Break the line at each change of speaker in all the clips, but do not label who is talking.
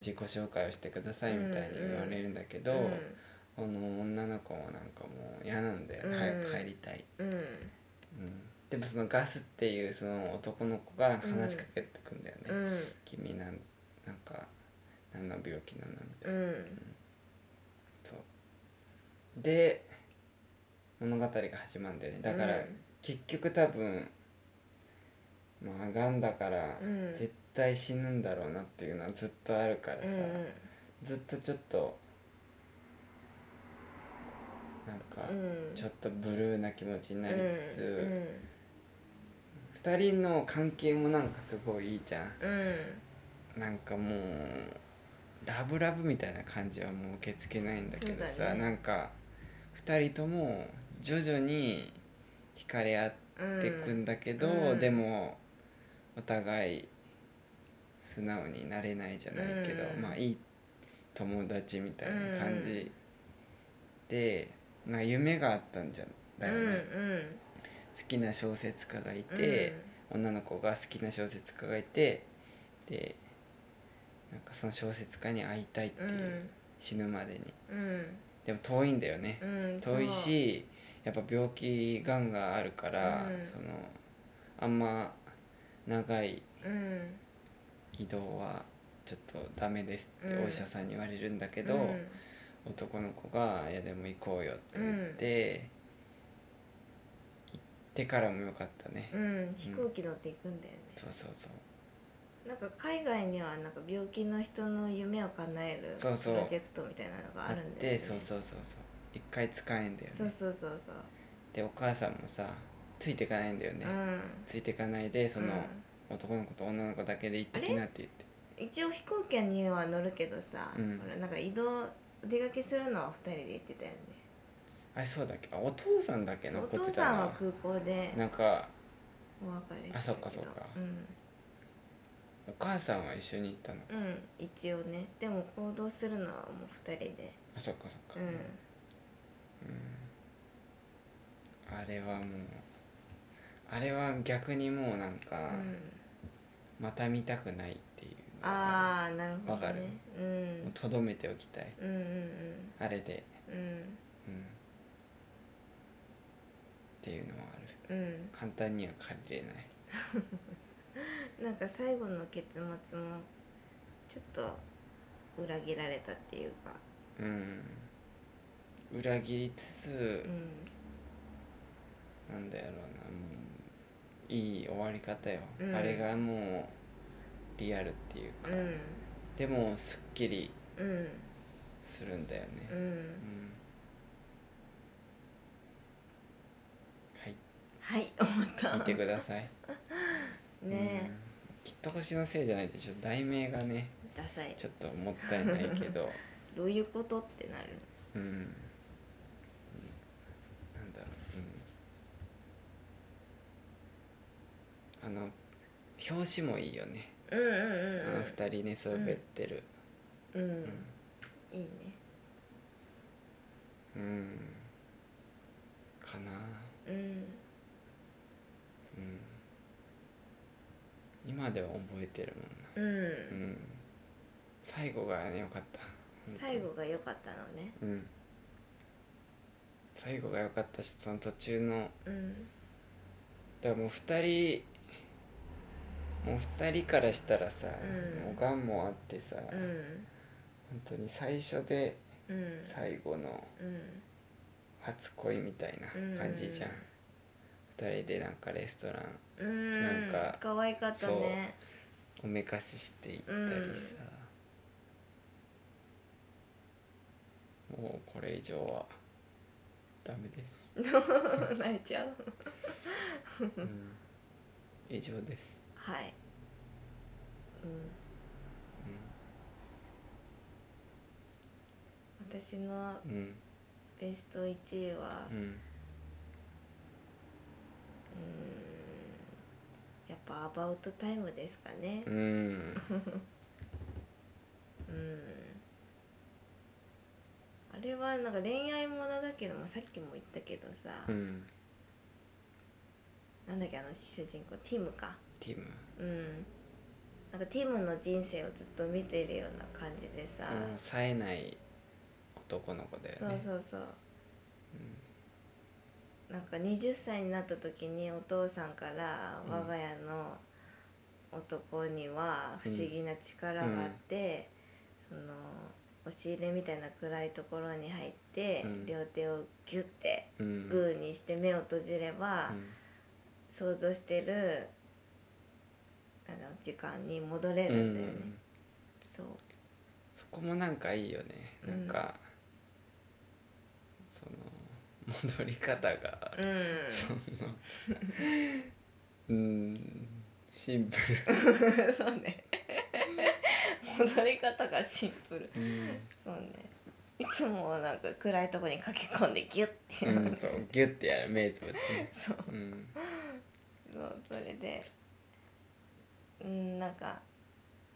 自己紹介をしてくださいみたいに言われるんだけど、この女の子もなんかもう嫌なんだよね、
うん
早く帰りたい、
うんうん
うん、でもそのガスっていうその男の子が話しかけてくんだよね、
うん
君なんなんか何の病気なのみたいな、
うん
そうで物語が始まるんだよねだから結局多分まあがんだから
うん
絶対死ぬんだろうなっていうのはずっとあるからさ、
うん
ずっとちょっとなんか
うん
ちょっとブルーな気持ちになりつ
う
つ、二2人の関係もなんかすごいいいじゃん
んうん
なんかもうラブラブみたいな感じはもう受け付けないんだけど
そうだ
さ、
ね
なんか2人とも徐々に惹かれ合ってくんだけど、
うん
でもお互い素直になれないじゃないけど、
うん
まあいい友達みたいな感じで、まあ夢があったんじゃだよね、好きな小説家がい
うん
て、女の子が好きな小説家がいてでなんかその小説家に会いたいっていう、死ぬまでに
うん
でも遠いんだよね、
うん
遠いしやっぱ病気がんがあるから、
うん
そのあんま長い
うん
移動はちょっとダメですって
うん
お医者さんに言われるんだけど、
うん
男の子が「いやでも行こうよ」って言って、行ってからもよかったね、
うん飛行機乗っていくんだよね
そうそうそう
なんか海外にはなんか病気の人の夢を叶えるプ
そ
ロ
うそう
ジェクトみたいなのがあるんだよ
で
ね
そうそうそうそう一回使えんだよね
そうそうそうそう
でお母さんもさついてかないんだよね、
うん
ついてかないでその、
うん
男の子と女の子だけで行ってきなって言って
一応飛行機には乗るけどさ、
うん
ほらなんか移動お出かけするのは2人で行ってたよね
あれそうだっけあお父さんだけ
そうお
残って
父
た
さん
な
は空港で
なんか
お別れしてたけど
あそっかそっか
うん、
お母さんは一緒に行ったの
うん、一応ねでも行動するのはもう2人で
あそっかそっか
うん
あれはもうあれは逆にもうなんか、
うん
また見たくないっていうのは
ああなるほ
わか
ど
る
ねうん
もうとどめておきたい
うんうん
あれで
うんうん
うんっていうのはある
うん
簡単には借りれない
なんか最後の結末もちょっと裏切られたっていうか
うん裏切りつつ
う、ん
なんだろうなもういい終わり方よ、
うん
あれがもうリアルっていうか、
うん
でもすっきり
うん
するんだよね
う
うん
ん
はい
はい思った
見てください
ね
うんきっと星のせいじゃないってちょっと題名がね
えダサい
ちょっともったいないけ ど
どういうことってなる
うんなんだろう、うん、あの表紙もいいよね、
うんうん
あの二人ねそうべってる
うんうん
うん、
いいね
うんかな
うん
うん今では覚えてるもんな
う
うんん最後がねよかった本当に
最後が良かったのね
うん最後が良かったしその途中の
うん
だからもう2人もう2人からしたらさ、
うん
もうがんもあってさ、
う
本
ん
当に最初で
うん
最後の
うん
初恋みたいな感じじゃん、
うん
二2人でなんかレストラン
うん
なんか
可愛かったね
おめかししていったりさ、もうこれ以上はダメです、
泣いちゃう
うん以上です、
はいうん私の
うんうん
ベスト1位は、う、
うんん
やっぱ「アバウトタイム」ですかね
うん
うん、あれはなんか恋愛ものだけどもさっきも言ったけどさ、
うん
なんだっけあの主人公ティムか
ティム
うんなんかティムの人生をずっと見てるような感じでさ、
うん冴えない男の子だよね
そうそうそうなんか20歳になった時に我父さんから
うん
我が家の男には不思議な力があって、その押し入れみたいな暗いところに入って、
うん
両手をギュッて
うんうん
グーにして目を閉じれば、
うん
想像してるあの時間に戻れるんだよね、
うん
そう
そこもなんかいいよねなんか、その戻り方が、
うん
そのうんシンプ
そうね戻り方がシンプル
ル、うん
そうねいつもなんか暗いとこに駆け込んでギュッて
う
やる
ん、そうギュッてやる目つぶってね
そう
うん
そうそれでうんなんか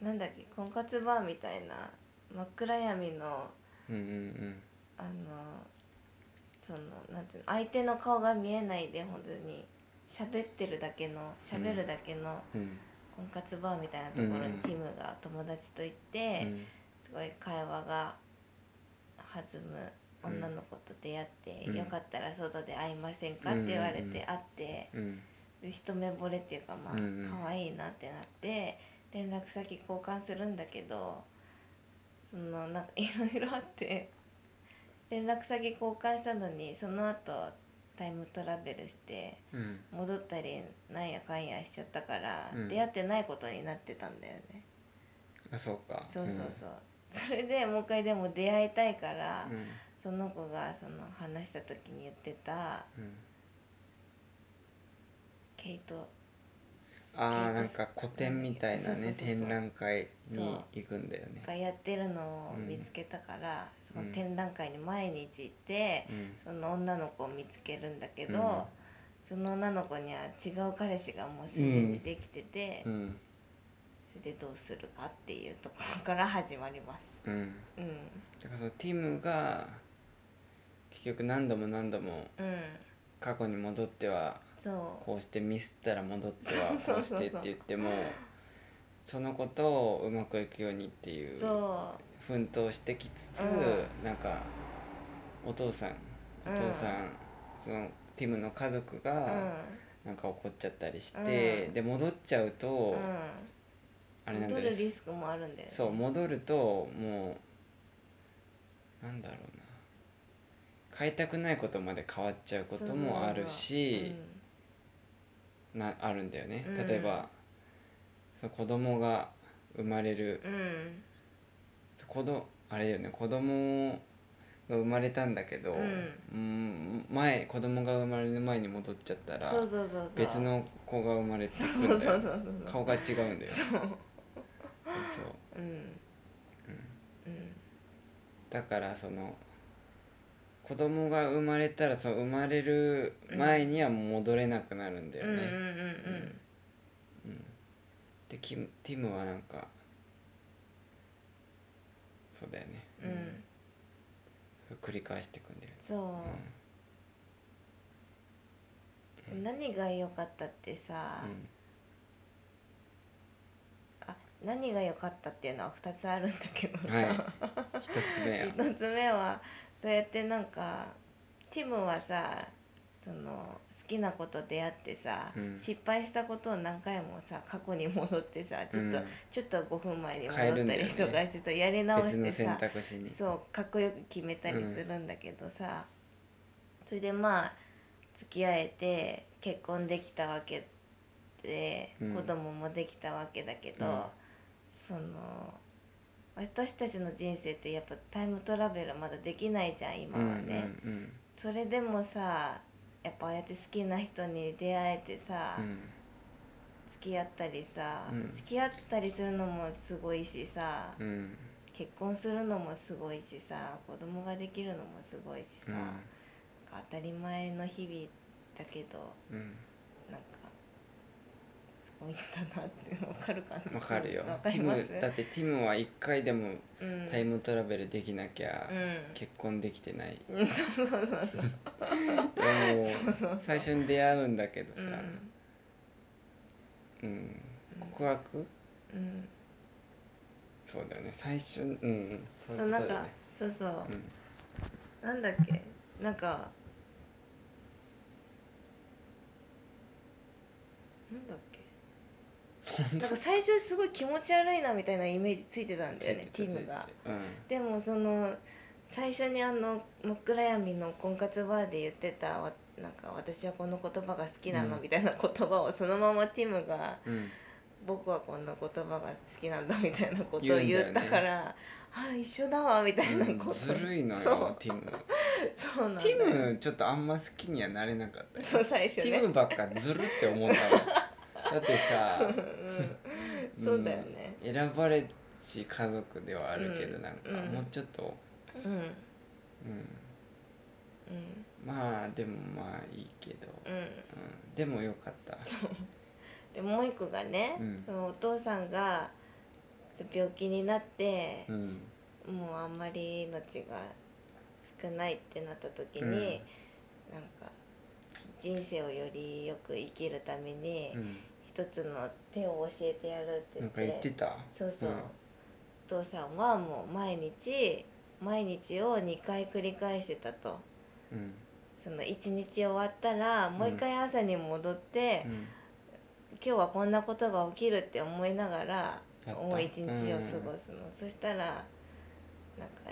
なんだっけ婚活バーみたいな真っ暗闇の
うんうん
あのそのなんていうの相手の顔が見えないで本当に喋ってるだけの喋るだけの
うんうん
婚活バーみたいなところ
うんう
に
ん
ティムが友達と行って、
うん
すごい会話が弾む女の子と出会って、
うん
よかったら外で会いませんか?」って言われて会って、
うん
で一目惚れっていうかまあ
うんうん
可愛いなってなって連絡先交換するんだけどそのなんかい ろいろあって連絡先交換したのにその後タイムトラベルして
うん
戻ったりなんやかんやしちゃったから、
うん
出会ってないことになってたんだよね。
あそうか
そうそうそう、それでもう一回でも出会いたいから、
うん
その子がその話した時に言ってた
うん
ケイト
ああ
芸術
なんか個展みたいな
そうそう
ね
そうそう
展覧会に行くんだよね
がやってるのを見つけたから、
うん
その展覧会に毎日行って、
うん
その女の子を見つけるんだけど、
うん
その女の子には違う彼氏がもうすでにできてて、
うん
それでどうするかっていうところから始まりま
う
す。
ん
うん
だからそのティムが結局何度も何度も
うん
過去に戻っては
そう
こうしてミスったら戻っては
そ
こ
うそうう
し
そう
てって言ってもそのことをうまくいくようにっていう
そ
奮闘してきつつ、
う
なんかお父さんお父さん、そのティムの家族
ううん
がなんか怒っちゃったりして、
うん
で戻っちゃうと、
うん
あれなんだ
戻
よ
るリ
ね
スクもあるんだよね
そう戻るともうなんだろうな買いたくないことまで変わっちゃうこともあるし、なあるんだよね、
うん
例えばその子供が生まれる
うん、うん
子どあれだよね子供が生まれたんだけど、うん前子供が生まれる前に戻っちゃったら
そうそうそうそう
別の子が生まれてく
そうそ
ん
う
だ
そう
よ
そうそう
顔が違うんだよそうそう
うん
うん
うん
だからその子供が生まれたらその生まれる前にはもう戻れなくなるんだよ
うんうんうん
ね。うんでキムティムはなんかそうだよね。
うんうん
繰り返していくんだよね。
そうう何が良かったってさ、
うん
あ何が良かったっていうのは2つあるんだけどさ、
はい。一つ目 や。
1つ目はそうやってなんかチームはさその好きなこと出会ってさ、
うん
失敗したことを何回もさ過去に戻ってさちょっと、
うん
ちょっと5分前に
変え
戻
る
っ
ん
た
だよ
り
ね
とかしてさ、やり直
別
し
の
て
選
さ
択肢に。
そうかっこよく決めたりするんだけどさ、それでまあ付き合えて結婚できたわけで、
うん
子供もできたわけだけど、
うん
その私たちの人生ってやっぱタイムトラベルまだできないじゃん今
うん
はね、
うん
それでもさやっぱああやって好きな人に出会えてさ、
うん。うん
付き合ったりさ、
うん
付き合ったりするのもすごいしさ、
うん。
結婚するのもすごいしさ子供ができるのもすごいしさ、
うん
なんか当たり前の日々だけど
うん。
なんかすごいんだなってわかるか
わ
な
かるよ。
わか
テ
り
ィ
ます
ムだってティムは一回でも
うん
タイムトラベルできなきゃ
うん
結婚できて ない。
うんそうそうそうそう
でも最初に出会うんだけど
う
さ、
ん
うん、告白
うん
そうだよね最初うんうんそ
そう
い
な
こ
ん
とだよ
か
ね
そうそう、
うん
なんだっけなんかなんだっけなんか最初すごい気持ち悪いなみたいなイメージついてたんだよね
つ
テ
いて
ィ
た
ム
つ
が
いてたうん
でもその最初にあの真っ暗闇の婚活バーで言ってたわなんか私はこの言葉が好きなの
うん
みたいな言葉をそのままティムが
うん、
僕はこんな言葉が好きなんだみたいなことを
言うんだよ
言
ね
ったから、あ一緒だわみた いなこと、
うんずるいの
そ
よ
う
ティム
そうなんだ
テ
よ
ィムちょっとあんま好きにはなれなかったよ
そう最初ね
ティムばっかずるって思 ったわだってさ
うんそうだよね、
うん選ばれし家族ではあるけど、
うん
なんか
うん
もうちょっと、
うんうん
うん、まあでもまあいいけど、
うん
うん、でもよかった
でもう一個がね、
うん
そのお父さんがちょっと病気になって
う、ん
もうあんまり命が少ないってなった時に、
うん
なんか人生をよりよく生きるために、
うん
一つの手を教えてやるって
な
言
ん
っ
か
て
言ってた
そうそう、お父さんはもう毎日毎日を2回繰り返してたと。
うんうん
その一日終わったらもう一回朝に戻って、
うん
今日はこんなことが起きるって思いながら
やった
もう一日を過ごすの、そしたらなんか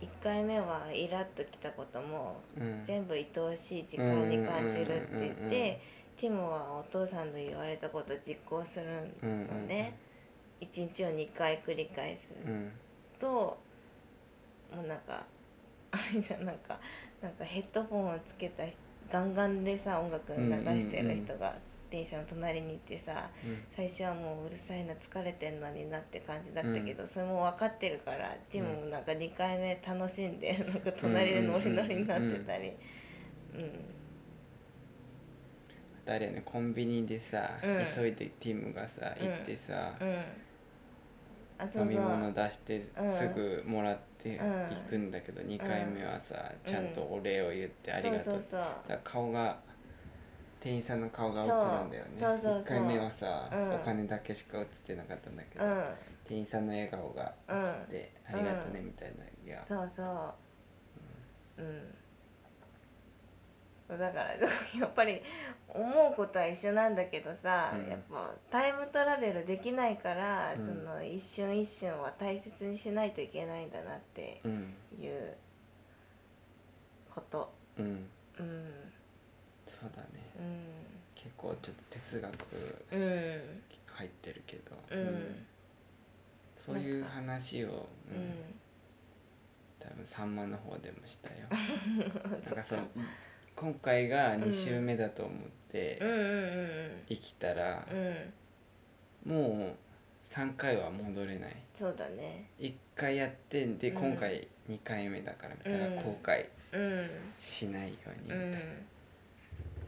1回目はイラッときたことも
うん
全部愛おしい時間に感じるって言って、
うんうんうんうん
ティモはお父さんの言われたことを実行するのね、一日を2回繰り返す、
うん
ともうなんかあれじゃんなんかなんかヘッドフォンをつけたガンガンでさ音楽流してる人が電車の隣にいてさ
うん
最初はもううるさいな疲れてんのになって感じだったけど、それも分かってるからでももうなんか2回目楽しんでなんか隣でノリノリになってたりうん
誰ねコンビニでさ、
うん
急いでティムがさ
うん
行ってさ、
うんあそう
飲み物
そ
出して
うん
すぐもらって
うん
行くんだけど、二2回目はさちゃんとお礼を言ってあり
う
が
そ
とう、
うそう
だから顔が店員さんの顔が映るんだよね一
そうそうそうそう
1回目はさ、
うん
お金だけしか映ってなかったんだけ
そ
ど、
ううん
店員さんの笑顔が映って、
うん
ありがとねみたいな、いや
そうそううんだから やっぱり思うことは一緒なんだけどさ、
うん
やっぱタイムトラベルできないから、
うん
その一瞬一瞬は大切にしないといけないんだなって
うん
いうこと
うん
うん
そうだね
う
結構ちょっと哲学
んうん
入ってるけど、
うん
そういう話を、
う、
うんん、多分さんまの方でもしたよ なんかその今回が2週目だと思って、
うんうん
生きたら
うんう、んうん
もう3回は戻れない
そうだね
1回やってで
うん
今回2回目だからみたいな、
うん
後悔
うん
しないようにみ
う
たいな、
ん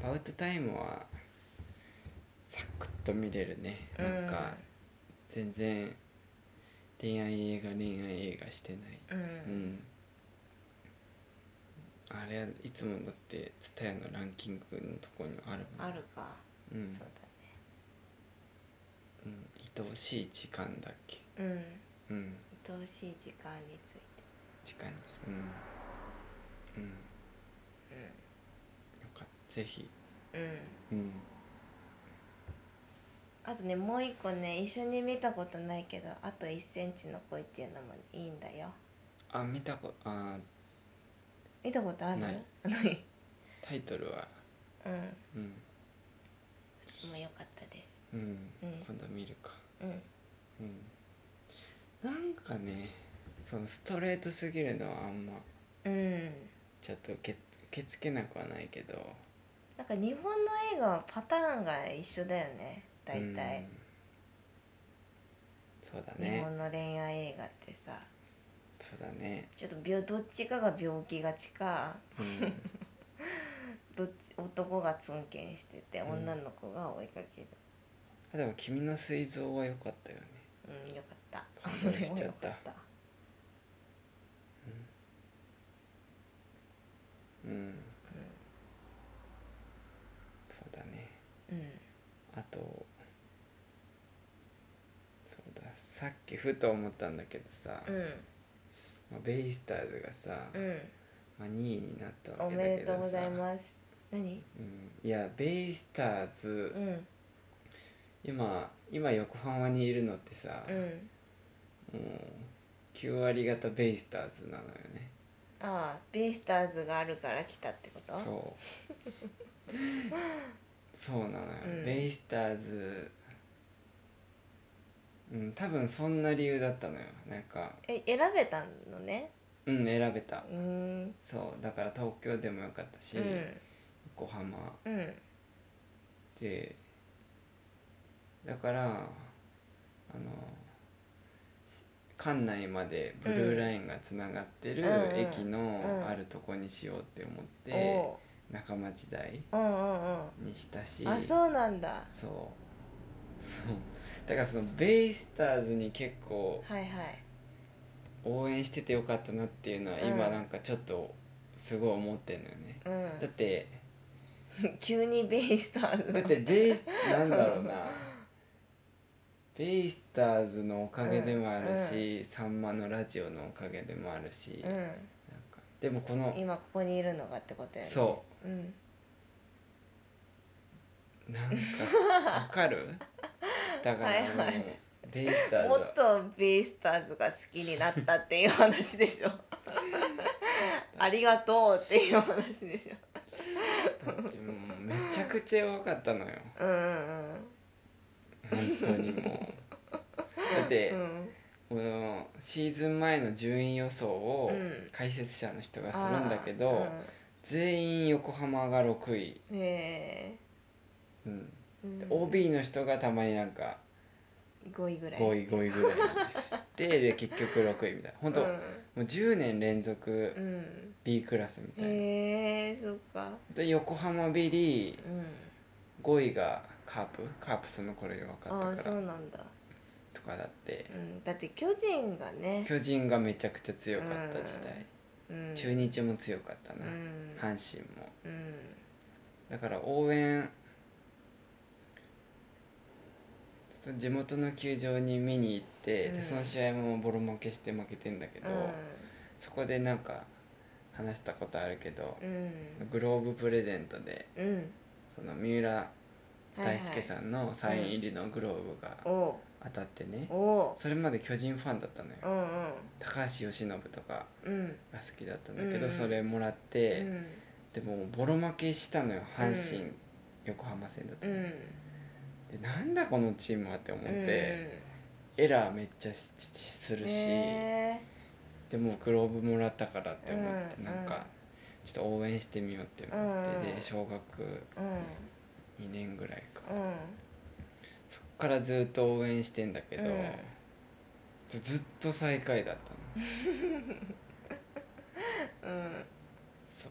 バウトタイムはサクッと見れるね、なんか全然恋愛映画恋愛映画してない
うん、
うんあれはいつもだって蔦屋のランキングのところにあるもん
あるか、
うん、うん
そうだね、
愛おしい時間だっけ
うん
うん
愛おしい時間につ
時
いて
間ですうんうんよかったぜひ
うん、うん、
うん
あとねもう一個ね一緒に見たことないけど「あと1センチの恋」っていうのもいいんだよ
あ見たこあ
見たことある
な
ないい、
タイトルは
う
うん
んもうよかったです
うん、
うん
今度見るか
うん
うんなんかねそのストレートすぎるのはあんま
うん
ちょっと受け受け付けなくはないけど
なんか日本の映画はパターンが一緒だよね大体、
うんそうだ
日
ね
本の恋愛映画ってさ
そうだね
ちょっと病どっちかが病気がちか
うん
どっち男がツンケンしてて
うん
女の子が追いかける
あでも君の膵臓は良かったよね
うん、よかった
感動しちゃった
あれもよかった
うん、そうだね
うん
あとそう時ふと思ったんだけどさ、
うん
まあ、ベイスターズがさ、
うん
まあ、2位になった
お
わけだ
め
け
で
どさ
とうございます何
うん、いやベイスターズ、
うん
今今横浜にいるのってさ、
うん
もう9割方ベイスターズなのよね
ああベイスターズがあるから来たってこと
そうそうなのよ、
うん
ベイスターズうん多分そんな理由だったのよなんか
え選べたのね
うん選べた
うーん
そうだから東京でもよかったし、
うん
横浜
うん
でだからあの館内までブルーラインがつながってる
うんうん
駅の
うん
あるとこにしようって思って
お
中町台
ううんうんうん
にしたし
あ
そう
そうなんだ
そうだからそのベイスターズに結構
はいはい
応援しててよかったなっていうのは
うん
今なんかちょっとすごい思ってんのよねだっ
う
て
ん 急にベイスターズ
だってベイスなんだろう なベイスターズのおかげでもあるし、さんまのラジオのおかげでもあるし、
う
なん
ん
かでもこの
今ここにいるのがってことやね
そう
うん
うなんかわかる だから
はいはい
もうベイスターズ
もっとベイスターズが好きになったっていう話で しょありがとうっていう話でしょ
だってもうめちゃくちゃ弱かったのよ
うんうん
本当にもう だっ
う
て、
ん
このシーズン前の順位予想を
うん
解説者の人
う
が
ん
するんだけど、
あー
全員横浜が6位、
うんね
うん、
えうん
で OB の人がたまになんか
5位ぐらい
5位5位ぐらいに してで結局6位みたいな本当、
う
もう10年連続
ん、うん
B クラスみたいな、
へえそっか
で横浜ビリー
うん
5位がカープカープその頃弱
あ
か
あ
ったか
そう
ら
なんだ、
とかだって
うん、だって巨人がね、
巨人がめちゃくちゃ強かった時代、
うん、
中日も強かったな、
うん
阪神も
うん
だから応援その地元の球場に見に行って、
う
で
ん
その試合もボロ負けして負けてんだけど、そこでなんか話したことあるけど
う、ん
グローブプレゼントで
うん、うん、
その三浦大輔
ん、
さんのサイン入りのグローブが
お
当たってね、
うお
それまで巨人ファンだったのよ、
ううん
高橋由伸とか
うんうん
が好きだったんだけど、
うん
それもらっ
う
て、
ん
でもボロ負けしたのよ阪神、
うん
横浜戦だった
う
の、
ん
でなんだこのチームはって思って、エラーめっちゃししするし、
へ
でもグローブもらったからって思って、
うん
なんかちょっと応援してみようって思って、
うん
で小学
えうん
2年ぐらいか、
うん
そっからずっと応援してんだけど、
うん
ずずっと最下位だったの
うん
そ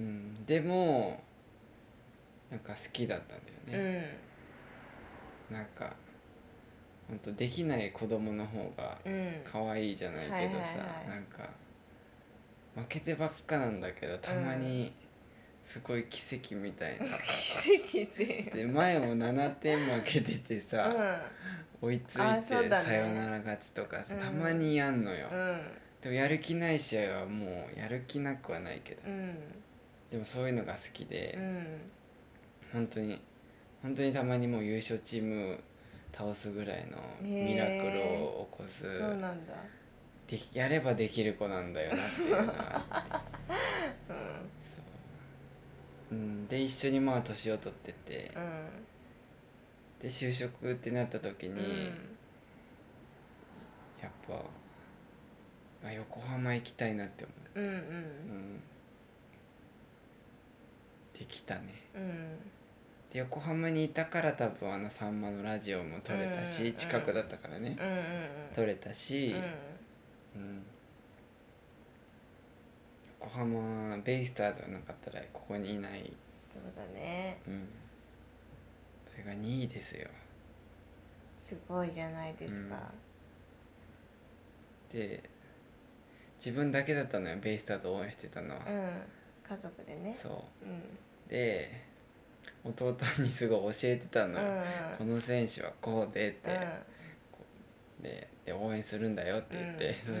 ううんでもなんか好きだったんだ
う
よね、
ん
なんかほんとできない子供の方が
うん
可愛いじゃないけどさ、
はいはいはい
なんか負けてばっかなんだけどたまにすごい奇跡みたいな、
奇跡で
で前も7点負けてて
う
さ、
ん
追いついて
あそうだね
さよなら勝ちとかさ
うん
たまにやんのよ、
うん
でもやる気ない試合はもうやる気なくはないけど、
うん
でもそういうのが好き
う
で、
ん
本当に本当にたまにもう優勝チーム倒すぐらいのミラクルを起こす、
そうなんだ
できやればできる子なんだよなっていうのはあって
うん
そう、うん、で一緒にまあ年を取ってて
うん
で就職ってなった時
う
に、
ん
やっぱ、まあ、横浜行きたいなって思
う
う、うんん、できたね
うんうん
で横浜にいたから多分あの「さんまのラジオ」も撮れたし、
うんうん
近くだったからね、
うん
撮れたし
うん、
うん横浜ベイスターズがなかったらここにいない、
そうだね
うん、それが2位ですよ
すごいじゃないですか
で自分だけだったのよベイスターズを応援してたのは
う、ん家族でね
そ
うん
うで弟にすごい教えてた
うん
のよ、この選手はこうでって、
うん
こうでで応援するんだよって言って、
うん
そし